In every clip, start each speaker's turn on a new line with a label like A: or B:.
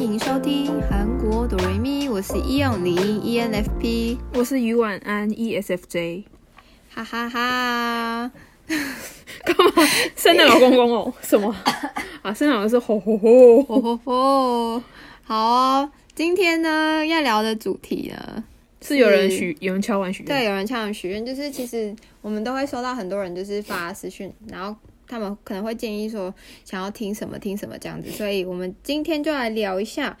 A: 迎收听韩国哆瑞咪，我是，E 易永林 ENFP，
B: 我是于晚安 E ESFJ，
A: 哈哈哈
B: 干嘛？圣诞老公公 哦？什么啊？圣诞老公是吼吼吼！
A: 吼吼吼！ 好哦，今天呢要聊的主题
B: 嗯
A: 呢，
B: 是有人许，有人敲完许愿。
A: 对，有人向我许愿，就是其实我们都会收到很多人就是发私讯，然后他们可能会建议说想要听什么听什么这样子，所以我们今天就来聊一下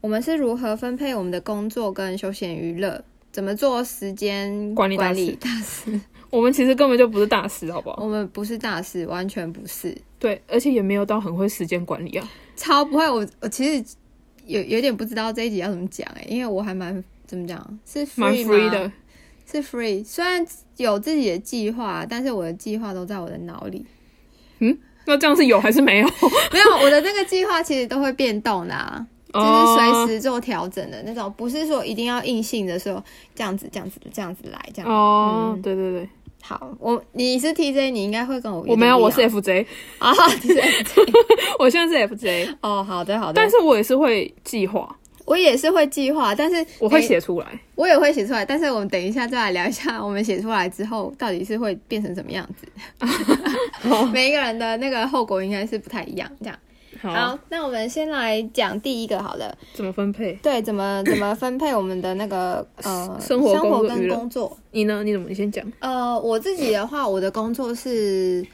A: 我们是如何分配我们的工作跟休闲娱乐，怎么做时间
B: 管理大师
A: 大师。
B: 我们其实根本就不是大师，好不好？
A: 我们不是大师，完全不是，
B: 对，而且也没有到很会时间管理啊。
A: 超不会。我我其实有有点不知道这一集要怎么讲哎、因为我还蛮怎么讲是
B: 蛮
A: free 吗
B: free 的，
A: 是 free，虽然有自己的计划，但是我的计划都在我的脑里。
B: 那这样是有还是没有？
A: 没有，我的那个计划其实都会变动的、啊，
B: 哦
A: 就是随时做调整的那种，不是说一定要硬性的说这样子、这样子、这样子来这样。
B: 哦，
A: 嗯
B: 对对对，
A: 好，我你是 TJ，你应该会跟我一定
B: 我哦没有，
A: 不一
B: 我
A: 样
B: 是 FJ，
A: 啊，你是 FJ
B: 我现在是 FJ，
A: 哦，好的好的，
B: 但是我也是会计划，
A: 我也是会计划，但是
B: 我会
A: 每
B: 写出来。
A: 我也会写出来，但是我们等一下再来聊一下，我们写出来之后到底是会变成什么样 子。每一个人的那个后果应该是不太一样，这样。
B: 好啊
A: 好，，那我们先来讲第一个好了，
B: 怎么分配？
A: 对，怎么 怎么分配我们的那个呃
B: 生活
A: 生
B: 工
A: 活
B: 作娱
A: 跟
B: 乐
A: 工作。
B: 你呢？你怎么？你先讲。
A: 呃，我自己的话，我的工作是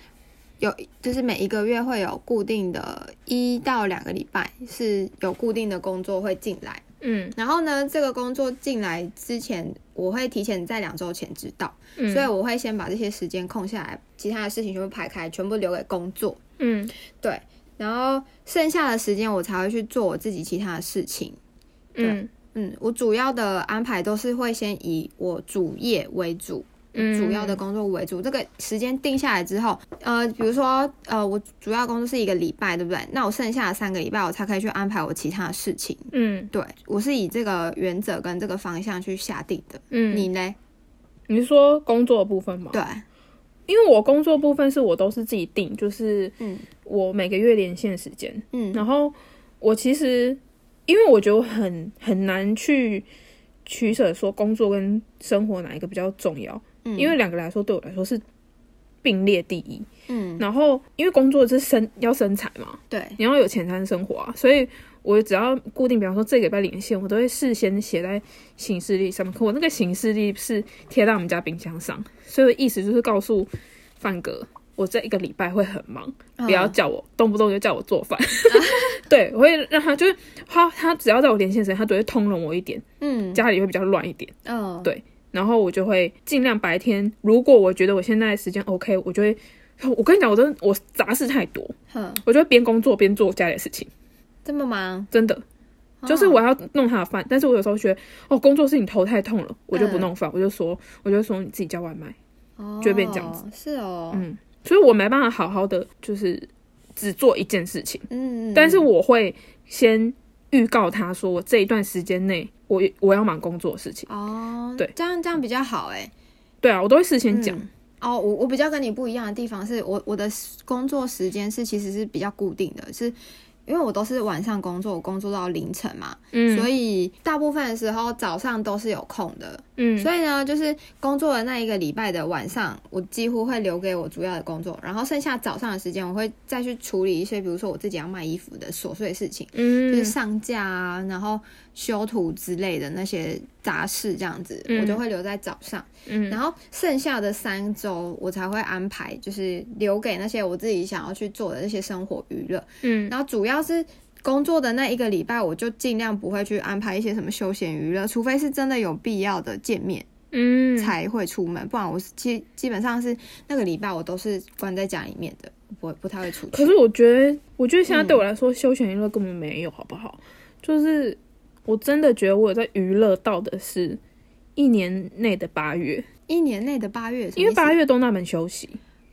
A: 有，就是每一个月会有固定的一到两个礼拜是有固定的工作会进来。
B: 嗯
A: 然后呢，这个工作进来之前，我会提前在两周前知道，
B: 嗯，
A: 所以我会先把这些时间空下来，其他的事情全部排开，全部留给工作。
B: 嗯
A: 对，然后剩下的时间我才会去做我自己其他的事情。
B: 嗯
A: 嗯，我主要的安排都是会先以我主业为主，
B: 嗯，
A: 主要的工作为主。这个时间定下来之后，呃，比如说，呃，我主要工作是一个礼拜，对不对？那我剩下的三个礼拜，我才可以去安排我其他的事情。
B: 嗯
A: 对，我是以这个原则跟这个方向去下定的。
B: 嗯，哦
A: 你呢？
B: 你是说工作的部分吗？
A: 对，
B: 因为我工作部分是我都是自己定，就是
A: 嗯
B: 我每个月连线时间，
A: 嗯
B: 然后我其实因为我觉得我很很难去取舍，说工作跟生活哪一个比较重要，
A: 嗯，
B: 因为两个来说对我来说是并列第一。
A: 嗯
B: 然后因为工作是生要生财嘛，
A: 对，
B: 你要有钱才能生活啊，所以我只要固定，比方说这个礼拜连线，我都会事先写在行事历上面。可我那个行事历是贴到我们家冰箱上，所以意思就是告诉范哥，我这一个礼拜会很忙，不要
A: 嗯
B: 叫我、动不动就叫我做饭。对，我会让他就是他他只要在我连线的时间，他都会通融我一点，
A: 嗯
B: 家里会比较乱一点。
A: 嗯
B: 对然后我就会尽量白天，如果我觉得我现在时间 OK，我就会。我跟你讲，我真的我杂事太多，
A: 哼，
B: 我就会边工作边做家里的事情，
A: 这么忙，
B: 真的。
A: 哦
B: 就是我要弄他的饭，但是我有时候觉得哦，工作是你头太痛了，我就不
A: 嗯
B: 弄饭，我就说，我就说你自己叫外卖，
A: 哦
B: 就会变这样子，
A: 是哦，
B: 嗯所以我没办法好好的就是只做一件事情，
A: 嗯，
B: 但是我会先预告他说，我这一段时间内我我要忙工作的事情，
A: 哦，
B: 对，
A: 这样这样比较好哎。
B: 对啊，我都会事先讲，
A: 嗯哦，我我比较跟你不一样的地方是我我的工作时间是其实是比较固定的，是因为我都是晚上工作，我工作到凌晨嘛，
B: 嗯，
A: 所
B: 以
A: 以大部分的时候早上都是有空的，
B: 嗯，
A: 所以呢，就是工作的那一个礼拜的晚上，我几乎会留给我主要的工作，然后剩下早上的时间，我会再去处理一些，比如说我自己要卖衣服的琐碎事情，就
B: 嗯
A: 是上架啊，然后修图之类的那些杂事，这样子，
B: 嗯
A: 我就会留在早上。
B: 嗯
A: 然后剩下的三周，我才会安排，就是留给那些我自己想要去做的那些生活娱乐。
B: 嗯
A: 然后主要是工作的那一个礼拜，我就尽量不会去安排一些什么休闲娱乐，除非是真的有必要的见面
B: 嗯，
A: 才会出门，不然我是基基本上是那个礼拜我都是关在家里面的，不会不太会出去。
B: 可是我觉得，我觉得现在对我来说，休闲娱乐根本没有，好不好？就是我真的觉得我有在娱乐到的是一年内的八月，
A: 一年内的八月，
B: 因为八
A: 月
B: 月东大门休息，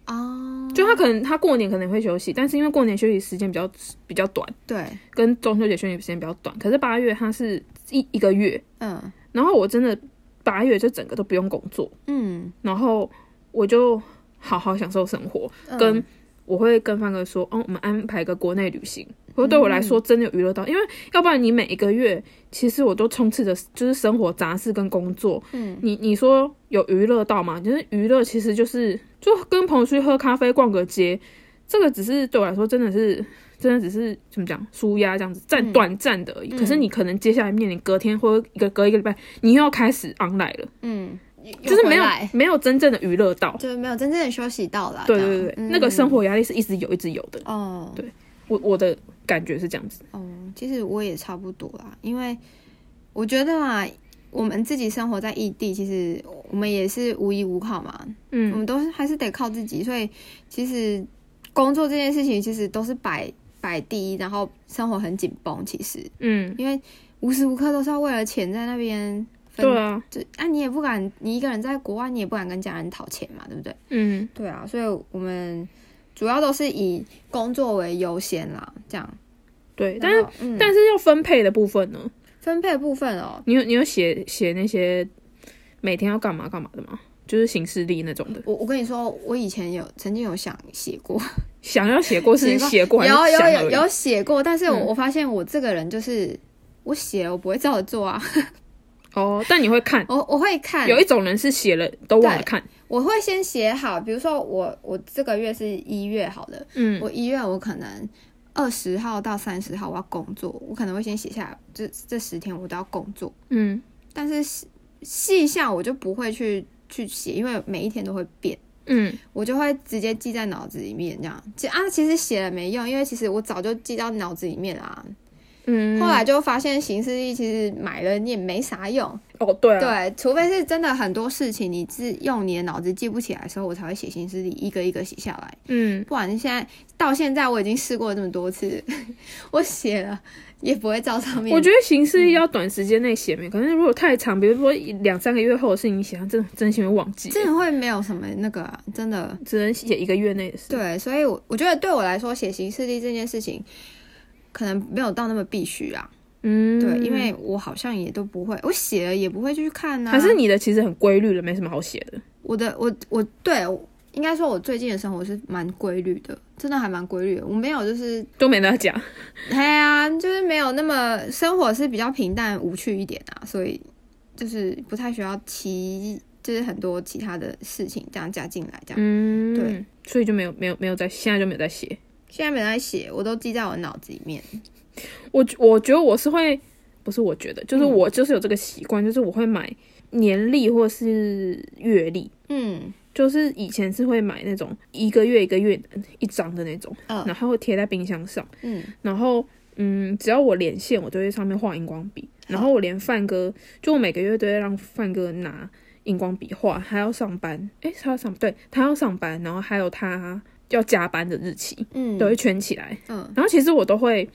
A: 哦，
B: 就他可能他过年可能会休息，但是因为过年休息时间比较比较短，
A: 对，
B: 跟中秋节休息时间比较短，可是八月它是一一个月，
A: 嗯
B: 然后我真的八月就整个都不用工作，
A: 嗯，
B: 然后我就好好享受生活，
A: 嗯
B: 跟我会跟范哥说，哦，我们安排个国内旅行，可是对我来
A: 嗯
B: 说，真的有娱乐到，因为要不然你每一个月，其实我都充斥着就是生活杂事跟工作。嗯，你你说有娱乐到吗？就是娱乐，其实就是就跟朋友出去喝咖啡、逛个街，这个只是对我来说真的是真的只是怎么讲，舒压这样子，
A: 嗯
B: 暂短暂的而已。可是你可能接下来面临隔天或一个隔一个礼拜，你又要开始 online 了，
A: 嗯，
B: 就是没有
A: 又回来
B: 没有真正的娱乐到。
A: 就是没有真正的休息到啦。
B: 对
A: 这样
B: 对对，
A: 嗯
B: 那个生活压力是一直有一直有的。
A: 哦，
B: 对我我的感觉是这样子。
A: 哦，其实我也差不多啦，因为我觉得啊，我们自己生活在异地，其实我们也是无依无靠嘛，我
B: 嗯
A: 们都是还是得靠自己，所以其实工作这件事情其实都是摆摆第一，然后生活很紧绷，其实
B: 嗯，
A: 因为无时无刻都是要为了钱在那边分，
B: 对啊，
A: 就啊你也不敢，你一个人在国外，你也不敢跟家人讨钱嘛，对不对？
B: 嗯
A: 对啊，所以我们主要都是以工作为优先啦，这样。，
B: 对，但
A: 然
B: 是、
A: 后嗯、
B: 但是要分配的部分呢，
A: 分配部分哦，
B: 你有你有写写那些每天要干嘛干嘛的吗？就是行事历那种的，
A: 我我跟你说，我以前有曾经有想写过，
B: 想要写过是
A: 写过
B: 写过还是
A: 有有
B: 想而
A: 有
B: 已
A: 有写过，但是我、
B: 嗯
A: 我发现我这个人就是我写了我不会照着做 啊，
B: 哦，但你会看，
A: 我我会看，
B: 有一种人是写了都忘了
A: 对
B: 看，
A: 我会先写好，比如说我我这个月是一月好了，
B: 嗯
A: 我一月我可能二十号到三十号我要工作，我可能会先写下来，这这十天我都要工作，
B: 嗯
A: 但是细细项我就不会去去写，因为每一天都会变。
B: 嗯
A: 我就会直接记在脑子里面，这样。其啊，其实写了没用，因为其实我早就记到脑子里面啦。
B: 嗯，
A: 后来就发现行事历其实买了你也没啥用，
B: 哦对啊，
A: 对，除非是真的很多事情你是用你的脑子记不起来的时候，我才会写行事历，一个一个写下来。
B: 嗯
A: 不然现在到现在我已经试过这么多次， 我写了也不会照上面。
B: 嗯我觉得形
A: 嗯
B: 式要短时间内写没，可是如果太长，比如说一两三个月后的事情，你写上真的真心会忘记，
A: 真的会没有什么那个、啊，真的。
B: 只能写一个月内的事。
A: 对，所以我，我觉得对我来说，写行事历这件事情，可能没有到那么必须啦。
B: 嗯，
A: 对，因为我好像也都不会，我写了也不会去看啊呐、
B: 还是你的其实很规律的，没什么好写的。
A: 我的我我对我应该说，我最近的生活是蛮规律的，真的还蛮规律的。我没有就是，
B: 都没得讲。
A: 哎呀，就是没有那么生活是比较平淡无趣一点啊，所以就是不太需要其就是很多其他的事情这样加进来这样。
B: 嗯，
A: 对，
B: 所以就没有没有没有在现在就没有在写。
A: 现在没在写，我都记在我脑子里面。
B: 我我觉得我是会，不是我觉得，就是我就是有这个习惯，就是我会买年历或是月历，
A: 嗯
B: 就是以前是会买那种一个月一个月的一张的那种，
A: 嗯
B: 然后贴在冰箱上，
A: 嗯，
B: 然后。嗯，只要我连线，我就会上面画荧光笔。
A: 嗯
B: 然后我连范哥，就我每个月都会让范哥拿荧光笔画，他要上班，诶，他要上，对他要上班，然后还有他要加班的日期，
A: 嗯
B: 都会圈起来。
A: 嗯
B: 然后其实我都会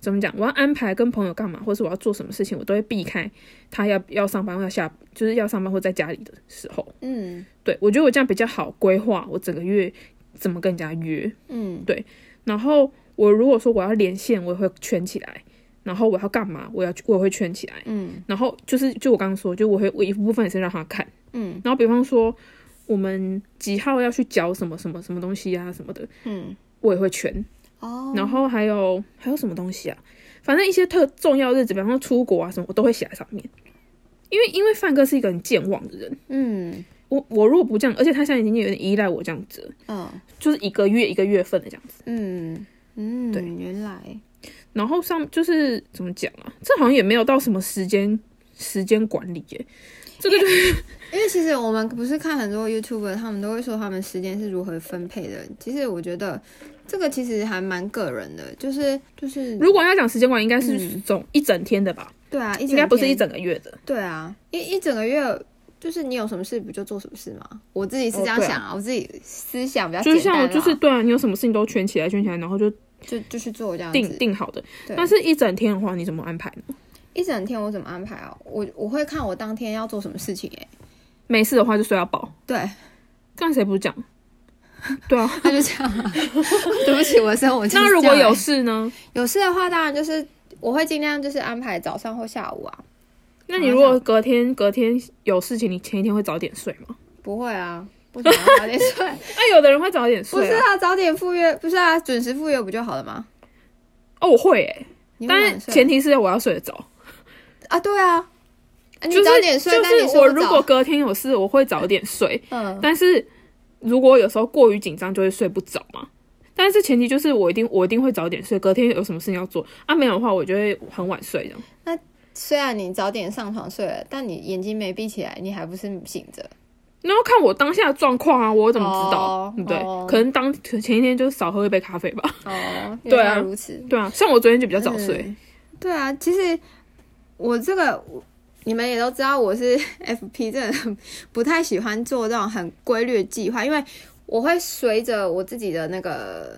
B: 怎么讲？我要安排跟朋友干嘛，或是我要做什么事情，我都会避开他要要上班或要下，就是要上班或在家里的时候。
A: 嗯
B: 对我觉得我这样比较好规划我整个月怎么跟人家约。
A: 嗯
B: 然后我如果说我要连线，我也会圈起来。然后我要干嘛，我要我也会圈起来。
A: 嗯
B: 然后就是就我刚刚说，就我会我一部分也是让他看。
A: 嗯
B: 然后比方说我们几号要去交什么什么什么东西啊什么的，
A: 嗯，
B: 我也会圈。
A: 哦，
B: 然后还有还有什么东西啊？反正一些特重要日子，比方说出国啊什么，我都会写在上面。因为因为范哥是一个很健忘的人，
A: 嗯
B: 我我如果不这样，而且他现在已经有点依赖我这样子了，
A: 嗯
B: 就是一个月一个月份的这样子。
A: 嗯嗯，
B: 对
A: 原来。
B: 然后上就是怎么讲啊？这好像也没有到什么时间时间管理耶、这个就是
A: 因为其实我们不是看很多 YouTuber，他们都会说他们时间是如何分配的。其实我觉得这个其实还蛮个人的，就是就是，
B: 如果要讲时间管理，应该是
A: 嗯
B: 总一整天的吧，
A: 对啊，一整
B: 应该不是一
A: 天
B: 整个月的。
A: 对啊，一一整个月就是你有什么事不就做什么事嘛。我自己是
B: 哦
A: 这样
B: 对啊
A: 想啊，我自己思想比较
B: 就是
A: 简
B: 像
A: 单
B: 我
A: 啦，
B: 就是对啊，你有什么事情都圈起来圈起来，然后就
A: 就就去做这样
B: 定
A: 子。
B: 定好的。
A: 对
B: 但是一整天的话，你怎么安排呢？
A: 一整天我怎么安排啊？我我会看我当天要做什么事情诶、
B: 没事的话就睡到饱。
A: 对，
B: 刚谁不是讲？对啊，
A: 那就这样、啊。对不起， 我的生活就是
B: 那如
A: 这样
B: 果
A: 欸
B: 有事呢？
A: 有事的话，当然就是我会尽量就是安排早上或下午啊，
B: 那你如果隔天隔天有事情，你前一天会早点睡吗？
A: 不会啊，不想要早点睡，
B: 啊，有的人会早点
A: 不
B: 睡、
A: 是
B: 啊，
A: 啊，早点赴约不是啊，准时赴约不就好了吗？
B: 哦，我会诶、
A: 你会
B: 但
A: 晚
B: 是
A: 睡
B: 前提是我要睡得着。
A: 啊，对啊，啊你
B: 就是
A: 早点睡，
B: 就
A: 但你
B: 是
A: 睡
B: 我
A: 不
B: 如
A: 着
B: 果隔天有事，我会早点睡。
A: 嗯
B: 但是如果有时候过于紧张，就会睡不着嘛。但是前提就是我一定我一定会早点睡，隔天有什么事情要做啊，没有的话我就会很晚睡这样。
A: 虽然你早点上床睡了，但你眼睛没闭起来，你还不是醒着？
B: 然后看我当下的状况啊，我怎么知道
A: 哦？
B: 对不对
A: 哦，
B: 可能当前一天就少喝一杯咖啡吧。
A: 哦，
B: 对啊
A: 原来如此。
B: 对啊，像我昨天就比较早睡
A: 嗯。对啊，其实我这个我你们也都知道，我是 FP，真的不太喜欢做这种很规律的计划，因为我会随着我自己的那个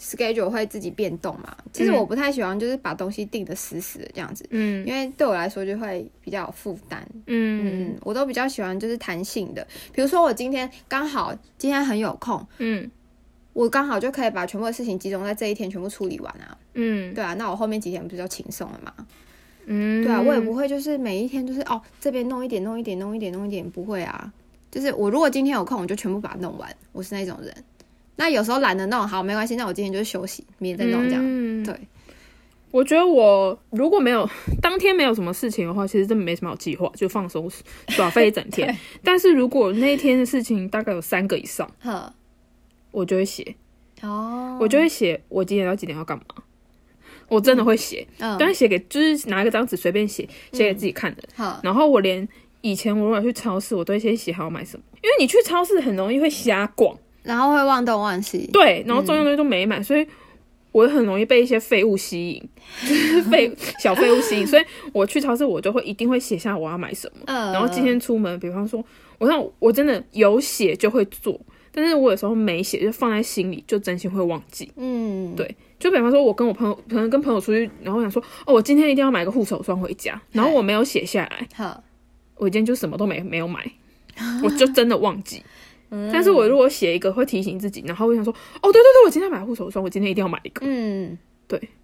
A: schedule 会自己变动嘛。其实
B: 嗯
A: 我不太喜欢就是把东西定得死死的这样子，
B: 嗯
A: 因为对我来说就会比较有负担。
B: 嗯
A: 嗯，我都比较喜欢就是弹性的，比如说我今天刚好今天很有空，
B: 嗯
A: 我刚好就可以把全部的事情集中在这一天全部处理完啊。
B: 嗯
A: 对啊，那我后面几天不是就轻松了嘛？
B: 嗯，
A: 对啊，我也不会就是每一天就是哦这边弄一点弄一点弄一点弄一点，不会啊。就是我如果今天有空，我就全部把它弄完，我是那种人。那有时候懒得弄，好没关系，那我今天就休息，明天再弄这样。
B: 嗯
A: 对，
B: 我觉得我如果没有 当天没有什么事情的话，其实真的没什么好计划，就放松耍废一整天。但是如果那一天的事情大概有三个以上，
A: 呵，
B: 我就会写，
A: 哦，
B: 我就会写我几点到几点要干嘛。我真的会写，
A: 嗯，
B: 但是写给就是拿一个张纸随便写，写给自己看的。
A: 呵，
B: 然后我连以前我如果去超市，我都会先写好要买什么，因为你去超市很容易会瞎逛，
A: 然后会忘东忘西。
B: 对，然后重要的东西都没买，所以我很容易被一些废物吸引， 就是废小废物吸引，所以我去超市我就会一定会写下我要买什么，
A: 嗯，
B: 然后今天出门，比方说，我像我真的有写就会做，但是我有时候没写就放在心里，就真心会忘记。
A: 嗯，
B: 对就比方说，我跟我朋友可能跟朋友出去，然后我想说，哦，我今天一定要买个护手霜回家，然后我没有写下来，
A: 呵，
B: 我今天就什么都没没有买，我就真的忘 记。
A: 嗯
B: 但是我如果写一个会提醒自己，然后我想说，哦，对对对，我今天要买护手霜，我今天一定要买一个，
A: 嗯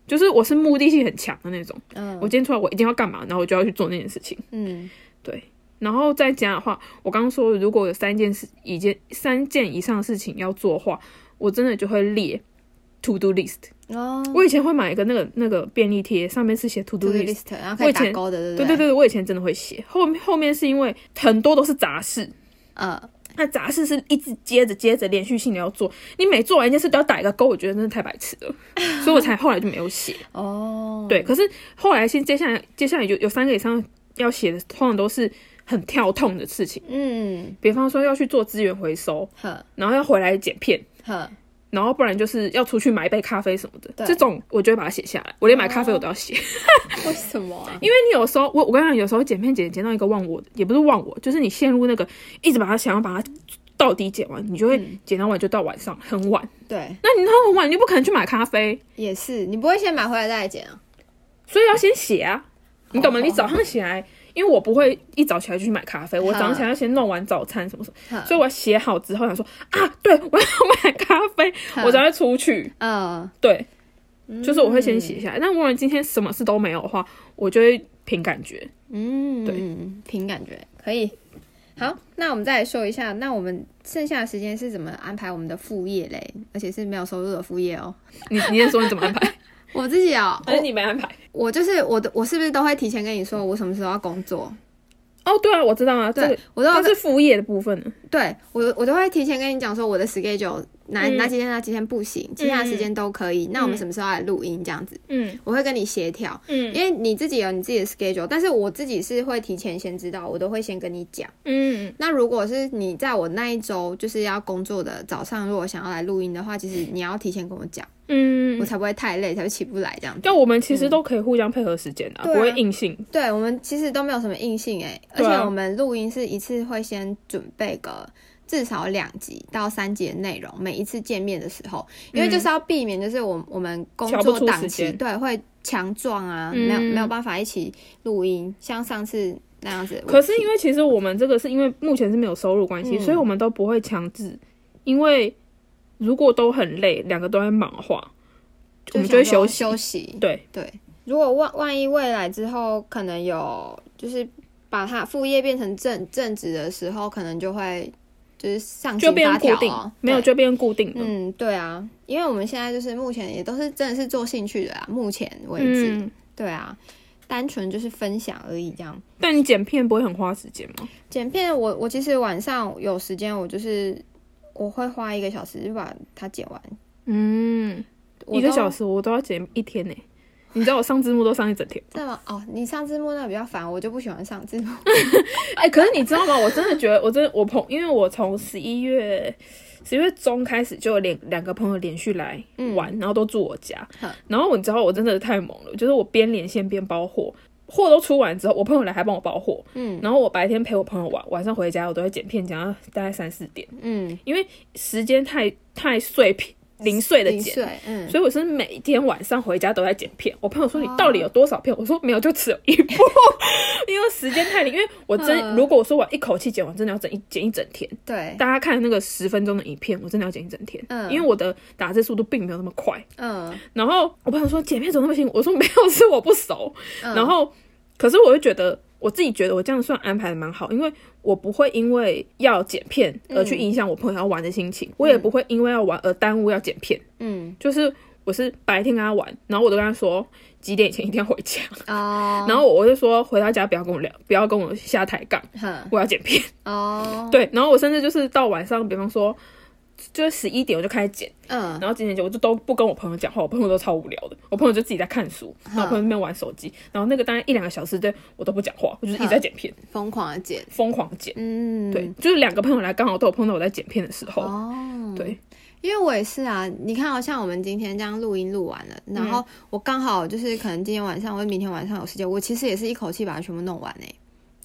B: 就是我是目的性很强的那种。
A: 嗯
B: 我今天出来，我一定要干嘛，然后我就要去做那件事情。
A: 嗯
B: 然后在家的话，我刚刚说如果有三件事，一件三件以上的事情要做的话，我真的就会列 to do list。
A: 哦
B: 我以前会买一个那个那个便利贴，上面是写 to do
A: ，to do
B: list。
A: list，然后可以
B: 我以
A: 打
B: 前
A: 勾的，对不
B: 对对
A: 对，
B: 对，我以前真的会写，后后面是因为很多都是杂事，
A: 嗯，
B: 那杂事是一直接着接着连续性的要做，你每做完一件事都要打一个勾，我觉得真的太白痴了，所以我才后来就没有写。
A: 哦，
B: 对，可是后来先接下来接下来就有三个以上要写的，通常都是很跳痛的事情，
A: 嗯，
B: 比方说要去做资源回收，
A: 呵
B: 然后要回来剪片。
A: 呵，
B: 然后不然就是要出去买一杯咖啡什么的，
A: 对哦
B: 这种我就会把它写下来。我连买咖啡我都要写，
A: 为什么啊？
B: 因为你有时候我我跟你讲，有时候剪片剪剪到一个忘我，也不是忘我，就是你陷入那个一直把它想要把它到底剪完，你就会
A: 嗯
B: 剪到晚就到晚上很晚。
A: 对，
B: 那你那很晚，你就不可能去买咖啡，
A: 也是，你不会先买回来再来剪啊？
B: 所以要先写啊，你懂吗？
A: 哦
B: 你早上起来，因为我不会一早起来就去买咖啡，我早上起来要先弄完早餐什么什么，
A: 哼
B: 所以我写好之后想说啊，对我要买咖啡，我才会出去。
A: 嗯，
B: 对，就是我会先写下来。但如果今天什么事都没有的话，我就会凭感觉。
A: 嗯，
B: 对
A: 嗯，凭感觉可以。好，那我们再来说一下，那我们剩下的时间是怎么安排我们的副业嘞？而且是没有收入的副业哦。
B: 你你先说你怎么安 排，
A: 我自己哦，
B: 还是
A: 我
B: 你没安排？
A: 我就是我的，我是不是都会提前跟你说我什么时候要工作？
B: 哦，对啊，我知道啊，这
A: 对
B: 个，
A: 我都有
B: 它是副业的部分呢。
A: 对我我都会提前跟你讲说我的 schedule 哪、
B: 嗯
A: 哪几天哪几天不行，其他时间都可以。那我们什么时候来录音这样子？
B: 嗯
A: 我会跟你协调，
B: 嗯
A: 因为你自己有你自己的 schedule，但是我自己是会提前先知道，我都会先跟你讲。
B: 嗯
A: 那如果是你在我那一周就是要工作的早上，如果想要来录音的话，其实你要提前跟我讲，
B: 嗯
A: 我，才不会太累，才会起不来这样子。
B: 但我们其实都可以互相配合时间的啊，
A: 对啊
B: 不会硬性。
A: 对我们其实都没有什么硬性哎、而
B: 对啊
A: 且我们录音是一次会先准备个至少两集到三集的内容，每一次见面的时候，因为就是要避免就是我我们工
B: 瞧嗯不
A: 作
B: 出
A: 档
B: 时
A: 期
B: 间
A: 对会强撞啊，
B: 嗯
A: 没有没有办法一起录音，像上次那样子。
B: 可是因为其实我们这个是因为目前是没有收入关系，
A: 嗯
B: 所以我们都不会强制，因为如果都很累，两个都在忙的话，我们就会
A: 想说休
B: 休息。
A: 息，
B: 对，
A: 对，如果万万一未来之后可能有就是把它副业变成正正职的时候，可能就会就是上
B: 就
A: 行
B: 变
A: 发
B: 固
A: 条
B: 定
A: 哦，
B: 没有
A: 对
B: 就变固定的。
A: 嗯，对啊，因为我们现在就是目前也都是真的是做兴趣的啊，目前为止，
B: 嗯，
A: 对啊，单纯就是分享而已这样。
B: 但你剪片不会很花时间吗？
A: 剪片我，我其实晚上有时间，我就是我会花一个小时就把它剪完。
B: 嗯，
A: 我
B: 一个
A: 都
B: 小时我都要剪一天呢、你知道我上字幕都上一整天。
A: 真的吗？哦，你上字幕那个比较烦，我就不喜欢上字幕。
B: 哎、可是你知道吗？我真的觉得，我真的我朋，因为我从十一月十一月中开始就有两两个朋友连续来
A: 嗯
B: 玩，然后都住我家
A: 哼。
B: 然后你知道我真的太猛了，就是我边连线边包货，货都出完之后，我朋友来还帮我包货。
A: 嗯
B: 然后我白天陪我朋友玩，晚上回家我都会剪片，剪到大概三四点，
A: 嗯，
B: 因为时间太太碎片 零碎的
A: 零
B: 剪。
A: 碎，嗯，
B: 所以我是每天晚上回家都在剪片。我朋友说你
A: 哦
B: 到底有多少片？我说没有，就只有 一部，因为时间太紧。因为我真、
A: 嗯
B: 如果我说我一口气剪完，真的要整一剪一整天。
A: 对，
B: 大家看那个十分钟的影片，我真的要剪一整天，
A: 嗯
B: 因为我的打字速度并没有那么快。
A: 嗯
B: 然后我朋友说剪片怎么那么辛苦？我说没有，是我不熟。
A: 嗯
B: 然后可是我就觉得。我自己觉得我这样算安排的蛮好，因为我不会因为要剪片而
A: 嗯
B: 去影响我朋友要玩的心情，我也不会因为要玩而耽误要剪片。
A: 嗯
B: 就是我是白天跟他玩，然后我都跟他说几点以前一定要回家，
A: 哦，
B: 然后我就说回到家不要跟我聊，不要跟我下台杠，
A: 哼
B: 我要剪片。
A: 哦，
B: 对，然后我甚至就是到晚上，比方说。就是十一点我就开始剪，
A: 嗯
B: 然后剪剪剪，我就都不跟我朋友讲话，我朋友都超无聊的，我朋友就自己在看书，然后
A: 嗯
B: 我朋友在那边玩手机，然后那个大概一两个小时，对我都不讲话，我就是一直在剪片，
A: 疯狂的剪，
B: 疯狂剪。
A: 嗯
B: 对，就是两个朋友来，刚好都有碰到我在剪片的时候，
A: 哦，
B: 对，
A: 因为我也是啊，你看、哦，像我们今天这样录音录完了，然
B: 嗯
A: 后我刚好就是可能今天晚上或者明天晚上有时间，我其实也是一口气把它全部弄完诶、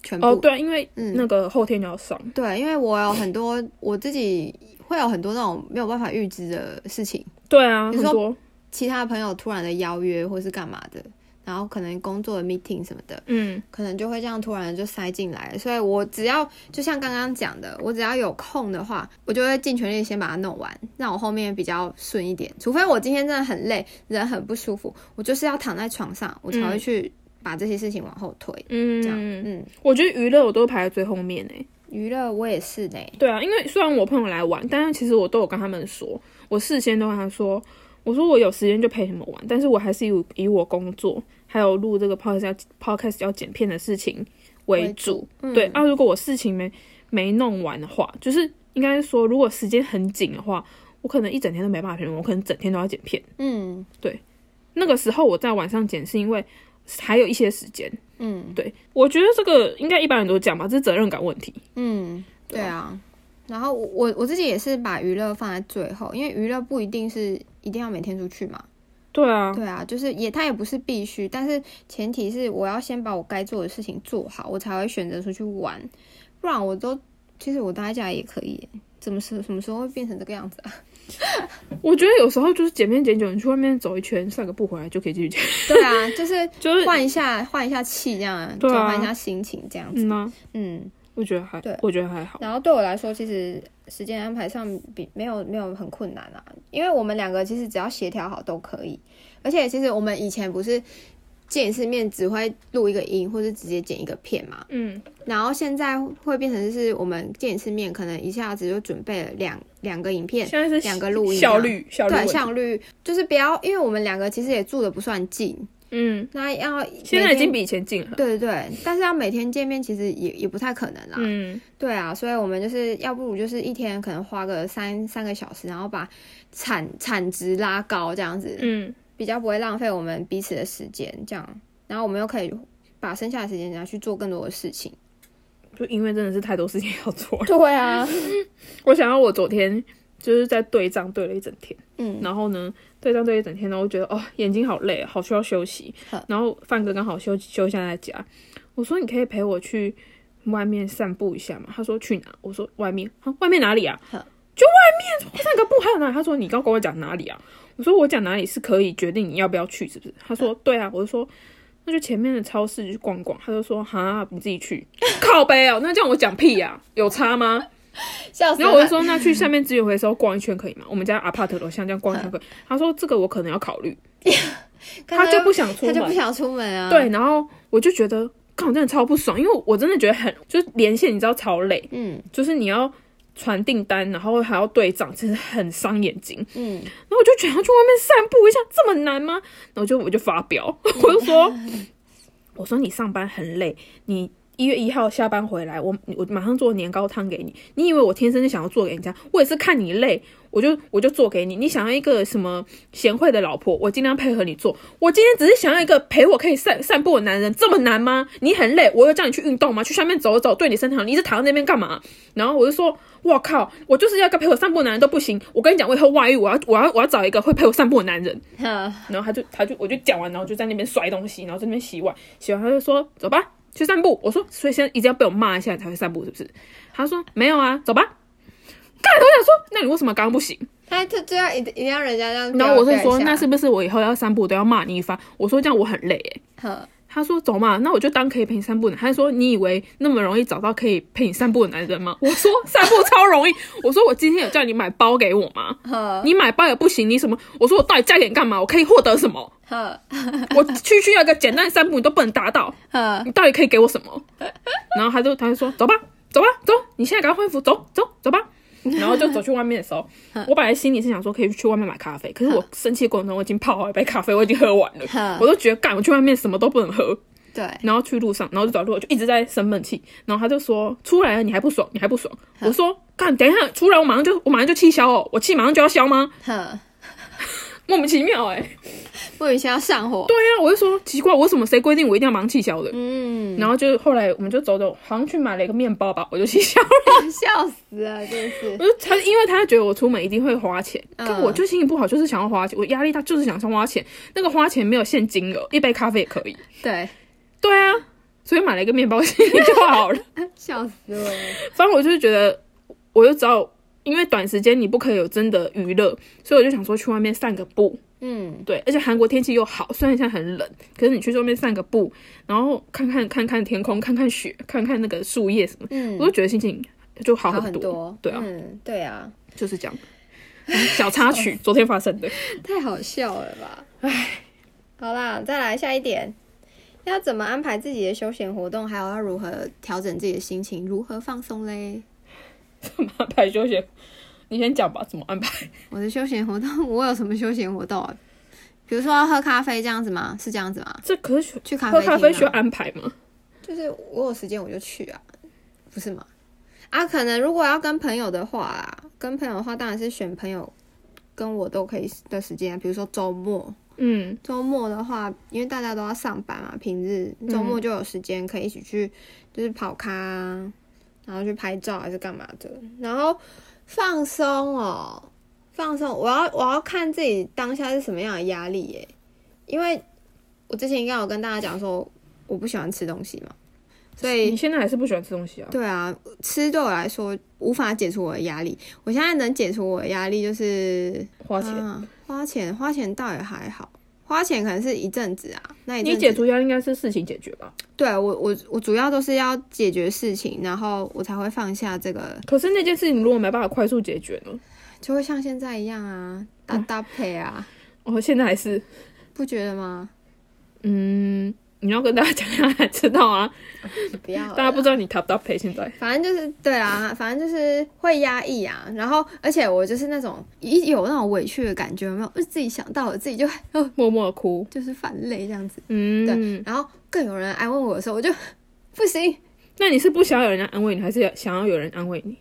A: 全部。
B: 哦对啊，因为
A: 嗯
B: 那个后天就要上，
A: 对，因为我有很多我自己会有很多那种没有办法预知的事情，
B: 对啊，
A: 你
B: 很
A: 说
B: 多，
A: 其他朋友突然的邀约或是干嘛的，然后可能工作的 meeting 什么的，
B: 嗯，
A: 可能就会这样突然就塞进来。所以我只要就像刚刚讲的，我只要有空的话，我就会尽全力先把它弄完，让我后面比较顺一点。除非我今天真的很累，人很不舒服，我就是要躺在床上，我才会去把这些事情往后推。这样，
B: 嗯，
A: 嗯，
B: 我觉得娱乐我都排在最后面诶、
A: 娱乐我也是呢。
B: 对啊，因为虽然我朋友来玩，但是其实我都有跟他们说，我事先都跟他说，我说我有时间就陪你们玩，但是我还是以以我工作还有录这个 podcast 要 podcast 要剪片的事情为
A: 为
B: 主。
A: 嗯
B: 对啊，如果我事情没没弄完的话，就是应该说，如果时间很紧的话，我可能一整天都没办法陪你们，我可能整天都要剪片。
A: 嗯
B: 那个时候我在晚上剪，是因为还有一些时间。
A: 嗯
B: 对，我觉得这个应该一般人都讲吧，这是责任感问题。
A: 嗯，
B: 对
A: 对啊。然后我我我自己也是把娱乐放在最后，因为娱乐不一定是一定要每天出去嘛。
B: 对啊，
A: 对啊，就是也它也不是必须，但是前提是我要先把我该做的事情做好，我才会选择出去玩，不然我都其实我待在家也可以耶。怎么是什么时候会变成这个样子啊？
B: 我觉得有时候就是剪片剪久，你去外面走一圈，散个步回来就可以继续 剪，
A: 对啊，就是
B: 就是
A: 换一下换一下气这样啊，
B: 对啊
A: 转换一下心情这样子。
B: 嗯啊，
A: 嗯，
B: 我觉得还
A: 对，
B: 我觉得还好。
A: 然后对我来说，其实时间安排上比没有没有很困难啊，因为我们两个其实只要协调好都可以。而且其实我们以前不是见一次面只会录一个音，或是直接剪一个片嘛，
B: 嗯，
A: 然后现在会变成是我们见一次面，可能一下子就准备了两两个影片，
B: 现在是
A: 两个录音啊
B: 效率效率
A: 对
B: 问题，
A: 效率就是不要，因为我们两个其实也住的不算近，
B: 嗯，
A: 那要
B: 现在已
A: 每
B: 经
A: 天
B: 比以前近了。
A: 对对对，但是要每天见面其实也也不太可能啦。
B: 嗯，
A: 对啊，所以我们就是要不如就是一天可能花个三三个小时，然后把产产值拉高这样子，
B: 嗯，
A: 比较不会浪费我们彼此的时间这样，然后我们又可以把剩下的时间拿去做更多的事 情。
B: 就因为真的是太多事情要做了。
A: 对啊，
B: 我想要我昨天就是在对账对了一整天，
A: 嗯
B: 然后呢对账对一整天，然后我觉得哦眼睛好累，好需要休息
A: 好。
B: 然后范哥刚好休休假在家，我说你可以陪我去外面散步一下嘛？他说去哪？我说外面，啊、外面哪里啊？
A: 好
B: 就外面散个步还有哪里？他说你刚跟我讲哪里啊？我说我讲哪里是可以决定你要不要去，是不是？他说对啊，我就说。那就前面的超市去逛逛，他就说哈，你自己去，靠背哦，那这样我讲屁呀、有差吗？
A: 笑死
B: 然后我
A: 了
B: 就。说，那去下面资源回收逛一圈可以吗？我们家 apart 楼下这样逛一圈可以。他说这个我可能要考虑，他就不想出
A: 他就不
B: 门。
A: 想出门啊。
B: 对，，然后我就觉得，看我真的超不爽，因为我真的觉得很，就是连线你知道超累，
A: 嗯
B: 就是你要传订单，然后还要对账，真的很伤眼睛。
A: 嗯，
B: 然后我就觉得要去外面散步一下，这么难吗？然后就我就发飙，我就说，我说你上班很累，你一月一号下班回来，我我马上做年糕汤给你。你以为我天生就想要做给人家？我也是看你累，我就我就做给你。你想要一个什么贤惠的老婆，我尽量配合你做。我今天只是想要一个陪我可以散散步的男人，这么难吗？你很累，我有叫你去运动吗？去下面走一走，对你身体好。你一直躺在那边干嘛？然后我就说，我靠，我就是要个陪我散步的男人都不行。我跟你讲，我以后外遇，我要我要我要找一个会陪我散步的男人。
A: 哈
B: 然后他就他就我就讲完，然后就在那边摔东西，然后在那边洗碗，洗完他就说走吧，去散步。我说所以现在一定要被我骂一下你才会散步是不是？他说没有啊，走吧。干，我想说，那你为什么刚刚不行？
A: 他他就要一定一定要人家这样。
B: 然后我是
A: 不要
B: 说，
A: 不要一下
B: 那是不是我以后要散步都要骂你一番？我说这样我很累诶、
A: 哈
B: 他说走嘛，那我就当可以陪你散步的。他说你以为那么容易找到可以陪你散步的男人吗？我说散步超容易。我说我今天有叫你买包给我吗？
A: 哈
B: 你买包也不行，你什么？我说我到底嫁给你干嘛？我可以获得什么？
A: 哈
B: 我区区要一个简单的散步，你都不能达到，
A: 哈，
B: 你到底可以给我什么？然后他就他就说走吧，走吧，走，你现在赶快换衣服，走走走吧。然后就走去外面的时候，我本来心里是想说可以去外面买咖啡，可是我生气的过程中我已经泡好一杯咖啡，我已经喝完了
A: 哼，
B: 我都觉得干，我去外面什么都不能喝。
A: 对，
B: 然后去路上，然后就找路，我就一直在生闷气。然后他就说出来了，你还不爽，你还不爽。我说干，等一下出来，我马上就我马上就气消哦，我气马上就要消吗？
A: 哈，
B: 莫名其妙哎、
A: 莫名其妙上火。
B: 对啊呀、我就说奇怪，为什么谁规定我一定要马上气消的？
A: 嗯，
B: 然后就后来我们就走走，好像去买了一个面包吧，我就去笑了。
A: 笑死了，真是
B: 我。就他，因为他觉得我出门一定会花钱，
A: 嗯
B: 但我就心情不好，就是想要花钱，我压力大，就是想要花钱。那个花钱没有限金额，一杯咖啡也可以。
A: 对，
B: 对啊，所以买了一个面包 心情就好了。
A: 笑死我了。
B: 反正我就是觉得，我就知道，因为短时间你不可以有真的娱乐，所以我就想说去外面散个步。
A: 嗯，
B: 对，而且韩国天气又好，虽然现在很冷，可是你去外面散个步，然后看看看看天空，看看雪，看看那个树叶什么，
A: 嗯
B: 我就觉得心情就好
A: 好
B: 很
A: 很多。
B: 对啊，
A: 嗯，对啊，
B: 就是这样。小插曲，昨天发生的。
A: 太好笑了吧？唉，好啦，再来下一点，要怎么安排自己的休闲活动，还有要如何调整自己的心情，如何放松嘞？
B: 怎么安排休闲？你先讲吧，怎么安排？
A: 我的休闲活动， 我有什么休闲活动啊？比如说喝咖啡这样子吗？是这样子吗？
B: 这可是
A: 去咖
B: 喝
A: 啡
B: 咖啡需
A: 厅
B: 要
A: 啊，
B: 安排吗？
A: 就是我有时间我就去啊，不是吗？啊，可能如果要跟朋友的话啦，跟朋友的话当然是选朋友跟我都可以的时间啊，比如说周末，
B: 嗯
A: 周末的话，因为大家都要上班嘛，平日
B: 嗯
A: 周末就有时间可以一起去，就是跑咖啊，然后去拍照还是干嘛的，然后放松哦，放松。我要我要看自己当下是什么样的压力耶，因为我之前应该有跟大家讲说，我不喜欢吃东西嘛，所以
B: 你现在还是不喜欢吃东西啊？
A: 对啊，吃对我来说无法解除我的压力。我现在能解除我的压力就是
B: 花钱。
A: 啊、花钱花钱倒也还好，花钱可能是一阵子啊。那一阵
B: 你
A: 子
B: 解除压力应该是事情解决吧？
A: 对啊我我我主要都是要解决事情，然后我才会放下这个，
B: 可是那件事情如果没办法快速解决呢？
A: 就会像现在一样啊，搭
B: 嗯
A: 搭配啊，
B: 我哦现在还是
A: 不觉得吗？
B: 嗯，你要跟大家讲一下才知道啊，
A: 不要了，
B: 大家不知道你搭不搭配现在。
A: 反正就是对啊，反正就是会压抑啊，然后而且我就是那种一有那种委屈的感觉，有没有？就自己想到我自己就
B: 默默地哭，
A: 就是泛泪这样子，
B: 嗯，
A: 然后更有人安慰我的时候，我就 不行，
B: 那你是不想要有人安慰你，还是想要有人安慰你？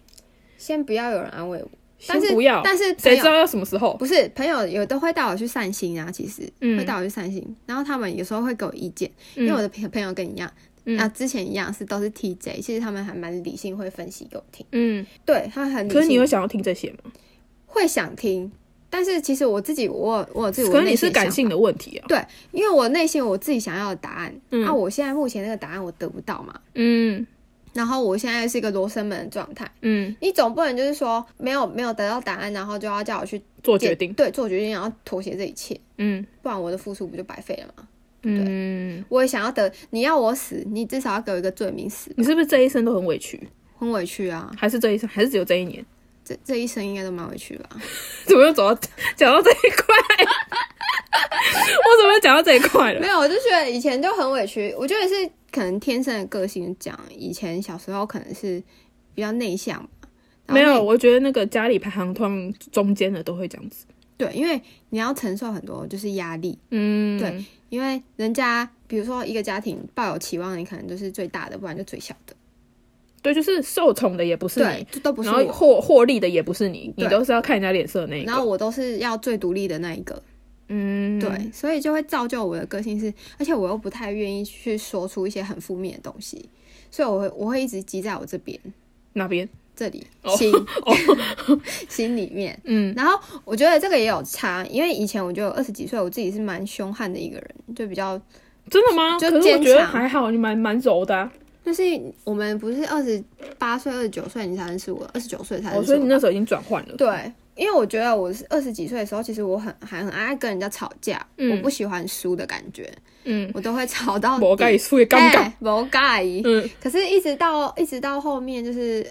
A: 先不要有人安慰我，
B: 先
A: 但是
B: 不要，
A: 但是朋
B: 谁
A: 友
B: 知道要什么时候？
A: 不是朋友有都会带我去散心啊，其实、
B: 嗯
A: 会带我去散心，然后他们有时候会给我意见，
B: 嗯
A: 因为我的朋朋友跟你一样，
B: 嗯
A: 啊之前一样是都是 TJ，其实他们还蛮理性，会分析给我听，
B: 嗯，
A: 对他们很理
B: 可是你
A: 性，
B: 会想要听这些吗？
A: 会想听，但是其实我自己我有我有自己我
B: 可是你
A: 内心
B: 是
A: 的想
B: 感性的问题啊，
A: 对，因为我内心有我自己想要的答案，
B: 嗯
A: 啊我现在目前那个答案我得不到嘛，
B: 嗯
A: 然后我现在是一个罗生门的状态。
B: 嗯，
A: 你总不能就是说没有没有得到答案，然后就要叫我去
B: 做
A: 解
B: 决定，
A: 对，做决定，然后妥协这一切，
B: 嗯
A: 不然我的付出不就白费了吗？
B: 嗯，
A: 我也想要得，你要我死，你至少要给我一个罪名死，
B: 你是不是这一生都很委屈？
A: 很委屈啊，
B: 还是这一生，还是只有这一年？
A: 这这一生应该都蛮委屈吧？
B: 怎么又走到讲到这一块？ 我怎么又讲到这一块了
A: 没？有，我就觉得以前就很委屈，我觉得是可能天生的个性讲，以前小时候可能是比较内向吧，然后
B: 没
A: 那
B: 有，我觉得那个家里排行通常中间的都会这样子。
A: 对，因为你要承受很多就是压力，
B: 嗯，
A: 对，因为人家比如说一个家庭抱有期望，你可能就是最大的，不然就最小的，
B: 对，就是受宠的也不是
A: 对
B: 你，，
A: 这都不是
B: 然后
A: 我，
B: 获获利的也不是你，你
A: 对
B: 都是要看人家脸色的那一
A: 然后
B: 个。
A: 我都是要最独立的那一个，
B: 嗯，
A: 对，所以就会造就我的个性是，而且我又不太愿意去说出一些很负面的东西，所以我会我会一直积在我这边
B: 那边
A: 这里
B: 哦
A: 心 心里面，
B: 嗯
A: 然后我觉得这个也有差，因为以前我觉得我二十几岁，我自己是蛮凶悍的一个人，就比较
B: 真的吗？
A: 就
B: 可是我
A: 坚
B: 觉得
A: 强
B: 还好，你蛮蛮柔的、啊。
A: 就是我们不是二十八岁、二十九岁你才认识我，二十九岁才
B: 哦，
A: 认
B: 所
A: 识
B: 以你
A: 我。
B: 那时候已经转换了。
A: 对，因为我觉得我是二十几岁的时候，其实我很还很爱跟人家吵架，
B: 嗯
A: 我不喜欢输的感觉，
B: 嗯，
A: 我都会吵到底。
B: 我该输也尴
A: 嗯
B: 尬。
A: 哎，不介意。
B: 嗯
A: 可是，一直到一直到后面，就是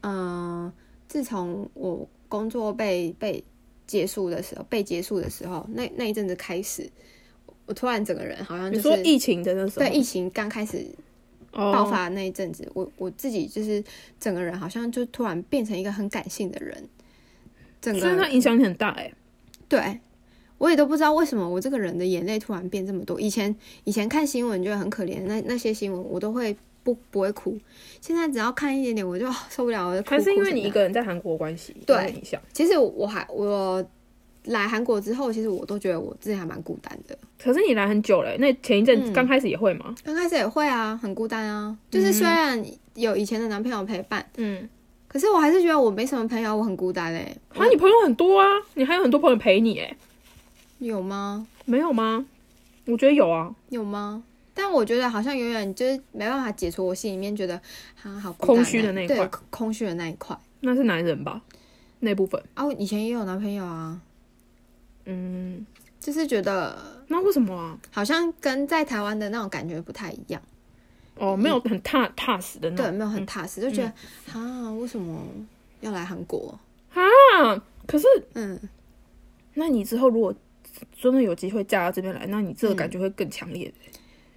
A: 嗯、呃自从我工作被被结束的时候，被结束的时候，那那一阵子开始，我突然整个人好像就
B: 你
A: 是
B: 说疫情的那时候，哦
A: 对疫情刚开始爆
B: 爆，
A: 发那一阵子，我我自己就是整个人好像就突然变成一个很感性的人，整
B: 所以它
A: 个
B: 影响你很大哎、
A: 对。我也都不知道为什么我这个人的眼泪突然变这么多。以前以前看新闻觉得很可怜，那那些新闻我都会不不会哭。现在只要看一点点我就哦 受不了，我就哭。
B: 还是因
A: 哭
B: 为
A: 成这
B: 你一
A: 样
B: 个人在韩国关系
A: 对
B: 有影响。
A: 其实我还我来韩国之后，其实我都觉得我自己还蛮孤单的。
B: 可是你来很久了欸、那前一阵子
A: 嗯
B: 刚开始也会吗？
A: 刚开始也会啊，很孤单啊。就是虽然有以前的男朋友陪伴，
B: 嗯，
A: 可是我还是觉得我没什么朋友，我很孤单哎、
B: 啊，你朋友很多啊，你还有很多朋友陪你哎、
A: 有吗？
B: 没有吗？我觉得有啊，
A: 有吗？但我觉得好像永远就是没办法解除我心里面觉得啊好孤单
B: 空虚的那一块
A: 对空空虚的那一块。
B: 那是男人吧，那部分。
A: 啊，我以前也有男朋友啊，
B: 嗯，
A: 就是觉得
B: 那为什么啊？
A: 好像跟在台湾的那种感觉不太一样，
B: 哦，没有很踏踏实的那
A: 嗯
B: 嗯
A: 对，
B: 种。
A: 没有很踏实，就觉得、啊为什么要来韩国？
B: 啊，可是
A: 嗯，
B: 那你之后如果真的有机会嫁到这边来，那你这个
A: 嗯
B: 感觉会更强烈。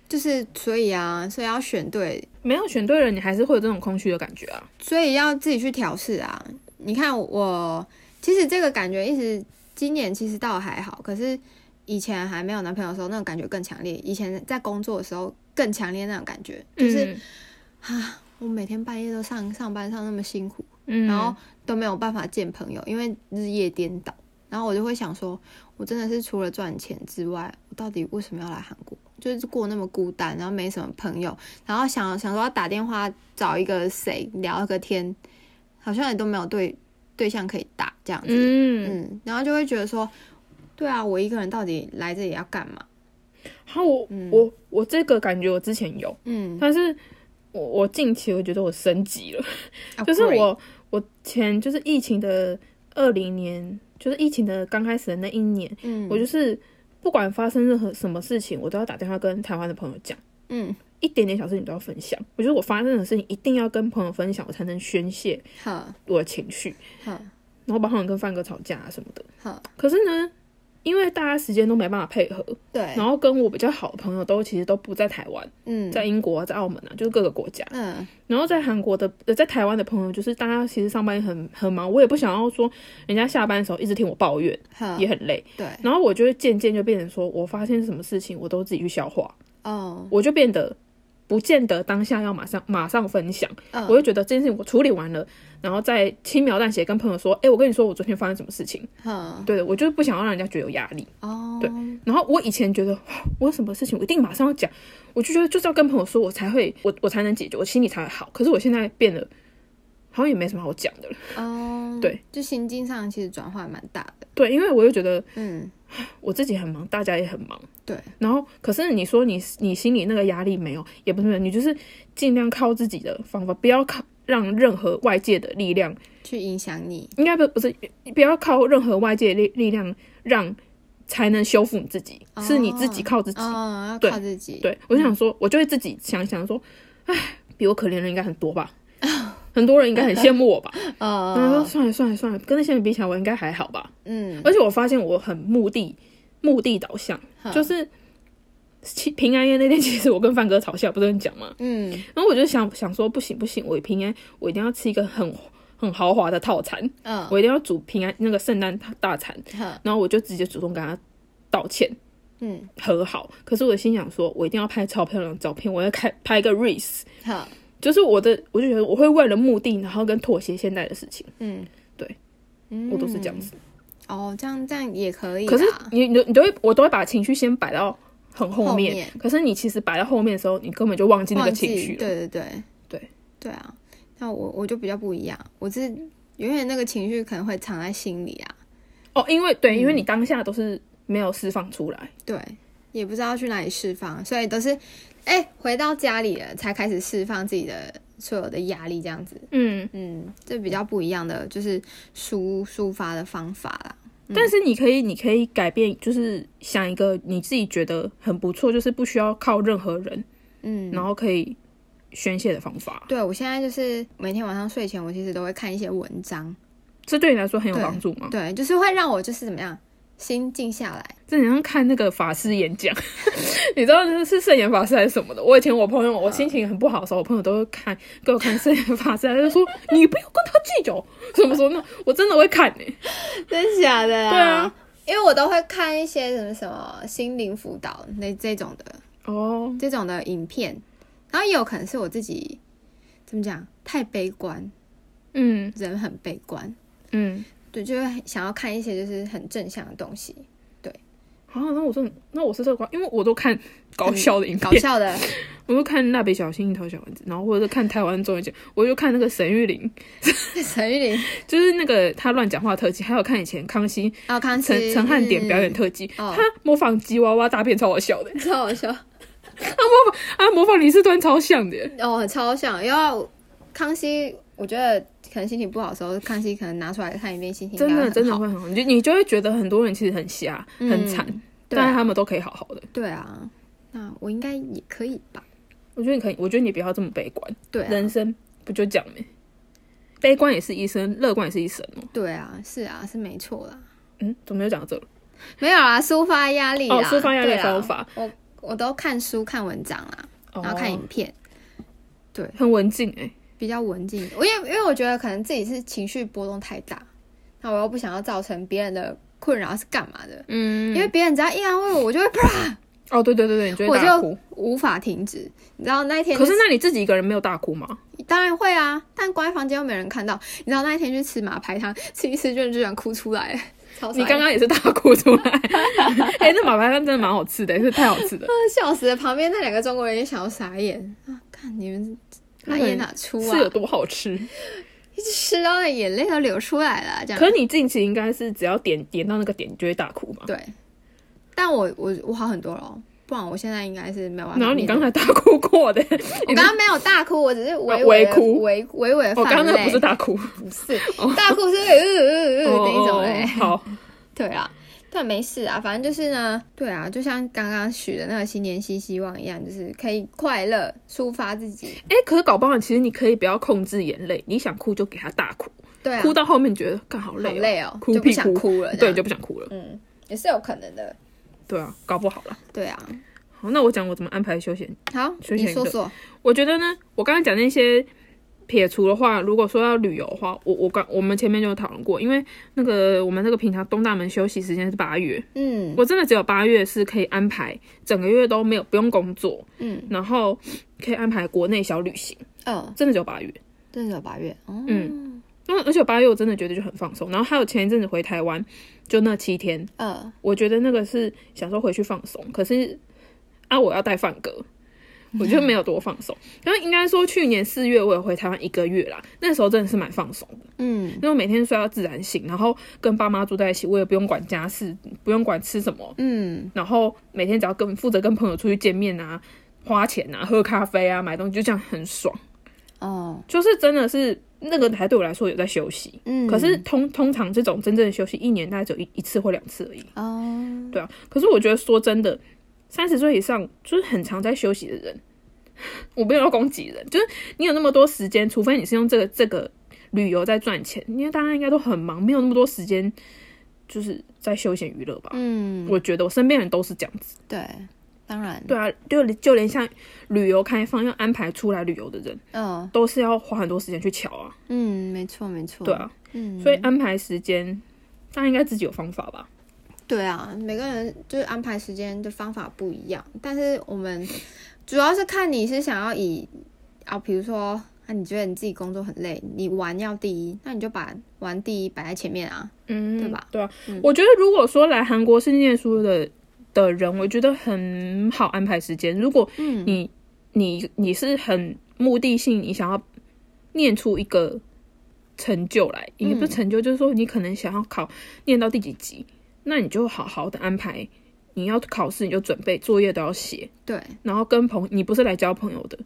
A: 就是所以啊，所以要选对，
B: 没有选对人，你还是会有这种空虚的感觉啊。
A: 所以要自己去调试啊。你看我，其实这个感觉一直今年其实倒还好，可是以前还没有男朋友的时候，那种感觉更强烈。以前在工作的时候更强烈那种感觉，就是、
B: 嗯，
A: 啊，我每天半夜都上上班上那么辛苦，
B: 嗯
A: 然后都没有办法见朋友，因为日夜颠倒。然后我就会想说，我真的是除了赚钱之外，我到底为什么要来韩国？就是过那么孤单，然后没什么朋友，然后想想说要打电话找一个谁聊个天，好像也都没有对对象可以打这样子，
B: 嗯，
A: 嗯然后就会觉得说，对啊，我一个人到底来这里要干嘛？
B: 好，我、我我这个感觉我之前有，
A: 嗯，
B: 但是我我近期我觉得我升级了，
A: 啊
B: 就是
A: 不然
B: 我我前就是疫情的二零年，就是疫情的刚开始的那一年，
A: 嗯
B: 我就是不管发生任何什么事情，我都要打电话跟台湾的朋友讲。
A: 嗯，
B: 一点点小事情都要分享，我觉得我发生任何事情一定要跟朋友分享，我才能宣泄
A: 好
B: 我的情绪。
A: 好
B: 然后包括跟范哥吵架啊什么的。
A: 好，
B: 可是呢，因为大家时间都没办法配合，
A: 对
B: 然，后跟我比较好的朋友都其实都不在台湾，
A: 嗯
B: 在英国啊，在澳门啊，就是各个国家。
A: 嗯
B: 然后在韩国的，呃，在台湾的朋友，就是大家其实上班很很忙，我也不想要说人家下班的时候一直听我抱怨，
A: 好
B: 也很累。
A: 对
B: 然后我就会渐渐就变成说，我发现什么事情我都自己去消化，
A: 哦
B: 我就变得不见得当下要马上马上分享，
A: 嗯
B: 我会觉得这件事情我处理完了，然后再轻描淡写跟朋友说，哎，我跟你说我昨天发生什么事情。
A: 好
B: 对，我就是不想要让人家觉得有压力。
A: 哦
B: 对然后我以前觉得，哇我有什么事情我一定马上要讲，我就觉得就是要跟朋友说，我才会，我我才能解决，我心里才会好。可是我现在变得，好像也没什么好讲的了。
A: 哦，
B: 对，
A: 就心境上其实转换蛮大的，
B: 对，因为我又觉得
A: 嗯，
B: 我自己很忙，大家也很忙。
A: 对。
B: 然后，可是你说你你心里那个压力没有，也不是没有，你就是尽量靠自己的方法，不要靠让任何外界的力量，
A: 去影响你，
B: 应该不不是，不要靠任何外界的力力量让。才能修复你自己，是你自己靠自己。
A: 嗯，要
B: 对
A: 靠自己，，
B: 对，我就想说，我就会自己想一想说，唉，比我可怜的人应该很 多吧，很多人应该很羡慕我吧。然后说
A: 呃，
B: 算了算了算了，跟那些人比起来，我应该还好吧。
A: 嗯，
B: 而且我发现我很目的目的导向，
A: 好
B: 就是其平安夜那天， 其实我跟范哥吵架，不是跟你讲吗？
A: 嗯，
B: 然后我就想想说，不行不行，我平安我一定要吃一个很很豪华的套餐，
A: 嗯，
B: 我一定要煮平安那个圣诞大餐，
A: 哼
B: 然后我就直接主动跟他道歉
A: 嗯，
B: 和好。可是我心想说，我一定要拍超漂亮的照片，我要开拍一个 res，
A: 好，
B: 就是我的，我就觉得我会为了目的，然后跟妥协现在的事情，
A: 嗯，
B: 对
A: 嗯，啊
B: 我都是这样子。
A: 哦，这样这样也可以啦。
B: 可是你你你都会，我都会把情绪先摆到很后面。
A: 后面
B: 可是你其实摆到后面的时候，你根本就忘记那个
A: 忘
B: 情
A: 记，
B: 绪了。
A: 对对对
B: 对
A: 对啊，那我我就比较不一样，我是永远那个情绪可能会藏在心里啊，
B: 哦，因为对，因为你当下都是没有释放出来。
A: 对，也不知道去哪里释放，所以都是哎、回到家里了才开始释放自己的所有的压力，这样子，
B: 嗯，
A: 嗯，这比较不一样的就是抒抒发的方法啦，
B: 但是你可以，你可以改变，就是想一个你自己觉得很不错，就是不需要靠任何人，
A: 嗯。
B: 然后可以宣泄的方法，
A: 对，我现在就是每天晚上睡前，我其实都会看一些文章，
B: 这对你来说很有
A: 对
B: 帮助吗？
A: 对，就是会让我就是怎么样，心静下来。
B: 这很像看那个法师演讲， 你知道那是圣严法师还是什么的？我以前我朋友，我心情很不好的时候，我朋友都会看给我看圣严法师，他就说你不要跟他计较，什么什么那我真的会看呢、
A: 真假的啊？
B: 对啊，
A: 因为我都会看一些什么什么心灵辅导那这种的
B: 哦，
A: 这种的影片，然后也有可能是我自己怎么讲太悲观，
B: 嗯
A: 人很悲观，
B: 嗯，
A: 对，就会想要看一些就是很正向的东西，
B: 好、啊那我说那我是乐观，因为我都看搞笑的影
A: 嗯搞
B: 片，
A: 笑的，
B: 我就看蜡笔小新、樱桃小丸子，然后或者是看台湾综艺节目，我就看那个沈玉琳，
A: 沈玉琳，
B: 就是那个他乱讲话的特辑，还有看以前康熙
A: 然后哦康熙
B: 陈陈汉典表演
A: 嗯
B: 特辑，
A: 哦
B: 他模仿吉娃娃大便超好笑的，
A: 超好笑，
B: 啊，模仿李四端超像的耶。
A: 哦，超像，因为康熙，我觉得可能心情不好的时候，康熙可能拿出来看一遍，心情应
B: 真
A: 该
B: 的
A: 会
B: 真
A: 很
B: 的
A: 好
B: 会很好，你就你就会觉得很多人其实很瞎、很惨，
A: 对啊
B: 但是他们都可以好好的。
A: 对啊，那我应该也可以吧？
B: 我觉得你可以，我觉得你不要这么悲观，
A: 对啊，
B: 人生不就这样没？悲观也是一生，乐观也是一生哦。
A: 对啊，是啊，是没错啦。
B: 嗯，怎么又讲到这了？
A: 没有啦，抒发压力啦，
B: 哦抒发压力
A: 对啦啊
B: 方法，
A: 我我都看书、看文章啦，然后看影
B: 哦、
A: 片，
B: 很文静哎、
A: 比较文静。我因为因为我觉得可能自己是情绪波动太大，那我又不想要造成别人的困扰，是干嘛的？
B: 嗯
A: 因为别人只要一安慰我，我就会啪，
B: 哦，对对对对，你就
A: 我
B: 会大
A: 就
B: 哭。
A: 无法停止。你知道那一天、
B: 可
A: 就是
B: 那你自己一个人没有大哭吗？
A: 当然会啊，但关在房间又没人看到。你知道那一天去吃马排汤，吃一吃就就想哭出来，超傻
B: 你
A: 眼
B: 刚刚也是大哭出来。 哎、那马白饭真的蛮好吃的、是太好吃的。
A: 笑死了，旁边那两个中国人也想要傻眼啊！看你们那眼哪出啊
B: 是？有多好吃？
A: 一直吃到那眼泪都流出来了，这样
B: 可是你近期应该是只要点点到那个点你就会大哭吧？
A: 对。但我我我好很多了哦，不然我现在应该是没有办法。
B: 然后你刚才大哭过的，
A: 我刚刚没有大哭，我只是微
B: 微
A: 地
B: 哭
A: 微微微的
B: 我刚
A: 泛
B: 刚那
A: 泪，
B: 不是大哭，哦
A: 不是大哭是呃呃呃呃的一种哎、
B: 好，
A: 对啊，但没事啊，反正就是呢，对啊，就像刚刚许的那个新年新希望一样，就是可以快乐抒发自己，
B: 哎、可是搞不好其实你可以不要控制眼泪，你想哭就给他大哭，
A: 对啊，
B: 哭到后面觉得干好
A: 好
B: 累、哦，
A: 累哦，
B: 哭
A: 就不
B: 屁
A: 想哭了，这
B: 对，
A: 样
B: 就不想哭了。
A: 嗯，也是有可能的。
B: 对啊，搞不好了。
A: 对啊，
B: 好，那我讲我怎么安排休闲。
A: 好，
B: 休闲
A: 你说说，
B: 我觉得呢，我刚刚讲那些撇除的话，如果说要旅游的话，我我刚我们前面就有讨论过，因为那个我们那个平常东大门休息时间是八月，
A: 嗯
B: 我真的只有八月是可以安排整个月都没有不用工作，
A: 嗯
B: 然后可以安排国内小旅行，
A: 嗯，
B: 真的只有八月。
A: 这是有八月，嗯
B: 那而且八月我真的觉得就很放松，然后还有前一阵子回台湾，就那七天，
A: 嗯，
B: 我觉得那个是想说回去放松，可是啊我要带放歌，我就没有多放松。然后应该说去年四月我有回台湾一个月啦，那时候真的是蛮放松的，
A: 嗯
B: 因为我每天睡到自然醒，然后跟爸妈住在一起，我也不用管家事，不用管吃什么，
A: 嗯
B: 然后每天只要跟负责跟朋友出去见面啊，花钱啊，喝咖啡啊，买东西，就这样很爽。
A: 哦
B: 就是真的是那个台对我来说有在休息，
A: 嗯，
B: 可是通通常这种真正的休息，一年大概只有一一次或两次而已。
A: 哦，
B: 对啊，可是我觉得说真的，三十岁以上就是很常在休息的人，我没有要攻击人，就是你有那么多时间，除非你是用这个这个旅游在赚钱，因为大家应该都很忙，没有那么多时间就是在休闲娱乐吧。
A: 嗯
B: 我觉得我身边人都是这样子。
A: 对，当然，
B: 对啊，就就连像旅游开放要安排出来旅游的人，
A: 嗯
B: 都是要花很多时间去瞧啊，
A: 嗯，没错没错，
B: 对啊，
A: 嗯，
B: 所以安排时间，大家应该自己有方法吧？
A: 对啊，每个人就是安排时间的方法不一样，但是我们主要是看你是想要以啊，比如说啊，你觉得你自己工作很累，你玩要第一，那你就把玩第一摆在前面啊。
B: 嗯
A: 对吧？
B: 对啊，我觉得如果说来韩国是念书的的人，我觉得很好安排时间。如果
A: 嗯
B: 你、你你是很目的性，你想要念出一个成就来，也
A: 嗯
B: 不是成就，就是说你可能想要考念到第几级，那你就好好的安排。你要考试，你就准备作业都要写，
A: 对，
B: 然后跟朋你不是来交朋友的，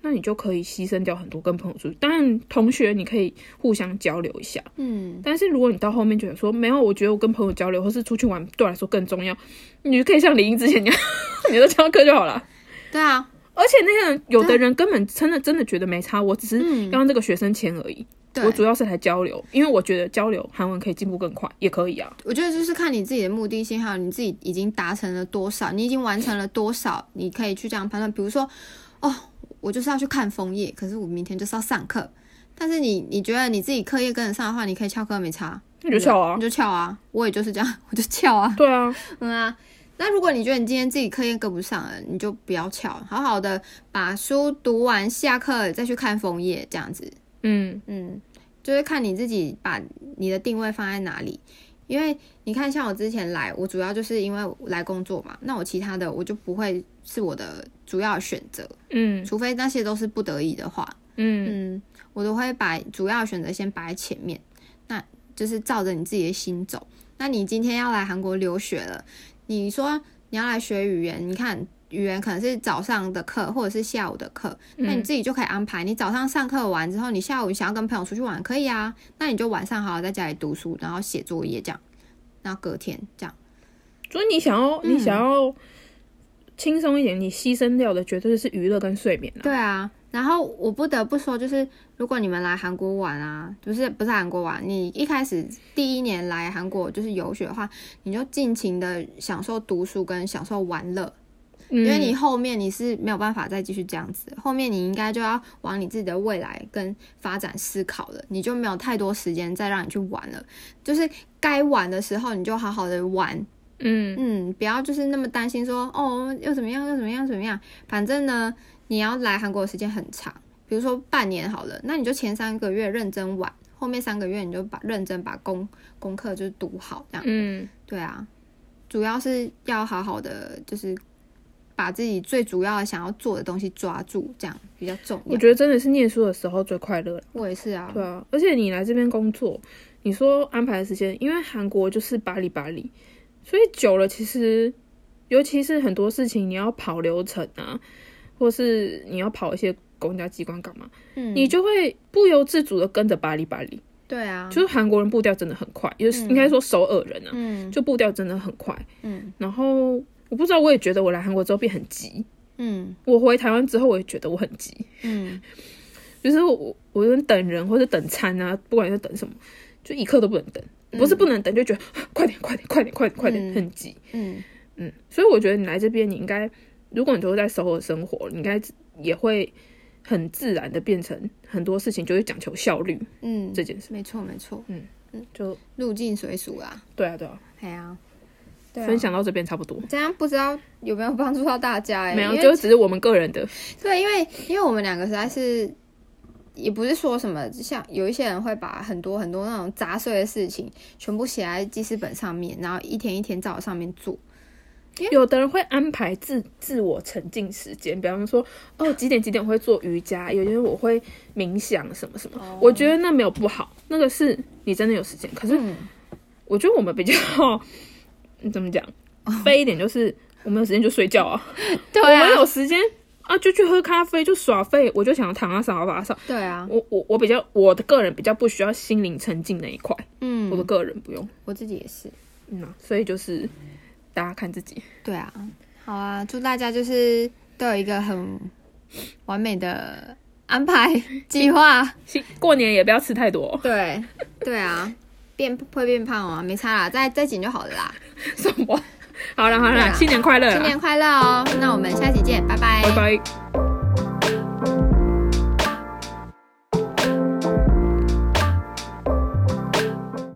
B: 那你就可以牺牲掉很多跟朋友出去。当然，同学你可以互相交流一下，
A: 嗯，
B: 但是如果你到后面觉得说没有，我觉得我跟朋友交流或是出去玩对我来说更重要，你就可以像林英之前一样， 你就翘课就好了。
A: 对啊，
B: 而且那些人有的人根本真的真的觉得没差，我只是
A: 嗯
B: 要让这个学生钱而已。
A: 对，
B: 我主要是来交流，因为我觉得交流韩文可以进步更快，也可以啊。
A: 我觉得就是看你自己的目的性，还有你自己已经达成了多少，你已经完成了多少，你可以去这样判断。比如说，哦，我就是要去看枫叶，可是我明天就是要上课。但是你你觉得你自己课业跟得上的话，你可以翘课没差，
B: 那你就翘啊
A: 你就翘啊。我也就是这样，我就翘啊，
B: 对啊，
A: 嗯啊。那如果你觉得你今天自己课业跟不上了，你就不要翘，好好的把书读完，下课再去看枫叶，这样子。
B: 嗯，
A: 嗯，就是看你自己把你的定位放在哪里。因为你看，像我之前来，我主要就是因为来工作嘛，那我其他的我就不会是我的主要选择，
B: 嗯
A: 除非那些都是不得已的话，
B: 嗯
A: 嗯，我都会把主要选择先摆在前面，那就是照着你自己的心走。那你今天要来韩国留学了，你说你要来学语言，你看语言可能是早上的课或者是下午的课，那你
B: 嗯
A: 自己就可以安排。你早上上课完之后，你下午想要跟朋友出去玩，可以啊。那你就晚上好好在家里读书，然后写作业这样，然后隔天这样。
B: 所以你想要
A: 嗯
B: 你想要轻松一点，你牺牲掉的绝对是娱乐跟睡眠啊。
A: 对啊，然后我不得不说，就是如果你们来韩国玩啊，不是不是韩国玩，你一开始第一年来韩国就是游学的话，你就尽情的享受读书跟享受玩乐，
B: 因
A: 因为你后面你是没有办法再继续这样子，后面你应该就要往你自己的未来跟发展思考了，你就没有太多时间再让你去玩了。就是该玩的时候，你就好好的玩，
B: 嗯
A: 嗯，不要就是那么担心说哦又怎么样又怎么样怎么样，反正呢你要来韩国的时间很长，比如说半年好了，那你就前三个月认真玩，后面三个月你就把认真把功功课就是读好这样。
B: 嗯
A: 对啊，主要是要好好的，就是把自己最主要的想要做的东西抓住，这样比较重
B: 我
A: 要。
B: 觉得真的是念书的时候最快乐了。
A: 我也是啊，
B: 对啊，而且你来这边工作，你说安排时间，因为韩国就是巴黎巴黎，所以久了其实，尤其是很多事情你要跑流程啊，或是你要跑一些公家机关干嘛，
A: 嗯，
B: 你就会不由自主的跟着巴黎巴黎。
A: 对啊，
B: 就是韩国人步调真的很快，就是应该说首尔人啊，
A: 嗯
B: 就步调真的很快。
A: 嗯
B: 然后我不知道，我也觉得我来韩国之后变很急。
A: 嗯
B: 我回台湾之后，我也觉得我很急。
A: 嗯，
B: 就是我我有点等人或者等餐啊，不管是等什么，就一刻都不能等，不是不能等，就觉得、啊快点快点快点快点快点，
A: 嗯
B: 很急。
A: 嗯
B: 嗯，所以我觉得你来这边，你应该如果你都是在首尔生活，你应该也会很自然的变成很多事情就会讲求效率
A: 嗯，
B: 这件事。
A: 没错没错，
B: 就
A: 入境随俗啊，
B: 对啊对啊，
A: 哎呀、对啊
B: 分享到这边差不多。
A: 这样不知道有没有帮助到大家、欸？
B: 没有，
A: 因为
B: 就只是我们个人的，
A: 对，因为因为我们两个实在是，也不是说什么，像有一些人会把很多很多那种杂碎的事情全部写在记事本上面，然后一天一天照着上面做。
B: 有的人会安排自自我沉浸时间，比方说，哦，几点几点我会做瑜伽，有些人我会冥想什么什么。
A: 哦
B: 我觉得那没有不好，那个是你真的有时间。可是
A: 嗯
B: 我觉得我们比较， 嗯怎么讲，飞一点就是我们有时间就睡 觉啊，
A: 哦对
B: 我们有时间啊就去喝咖啡就耍废，我就想躺在沙发上。
A: 对啊，
B: 我我我比较我的个人比较不需要心灵沉浸那一块，
A: 嗯，
B: 我的个人不用，
A: 我自己也是，
B: 嗯啊、所以就是大家看自己。
A: 对啊，好啊，祝大家就是都有一个很完美的安排 计 划。
B: 新过年也不要吃太多哦、
A: 对，对啊，变会变胖哦，没差啦，再再减就好了啦。
B: 什么？好了好
A: 对啊
B: 了，新年快乐
A: 新
B: 啦，
A: 年快乐哦！那我们下期见，拜拜
B: 拜拜。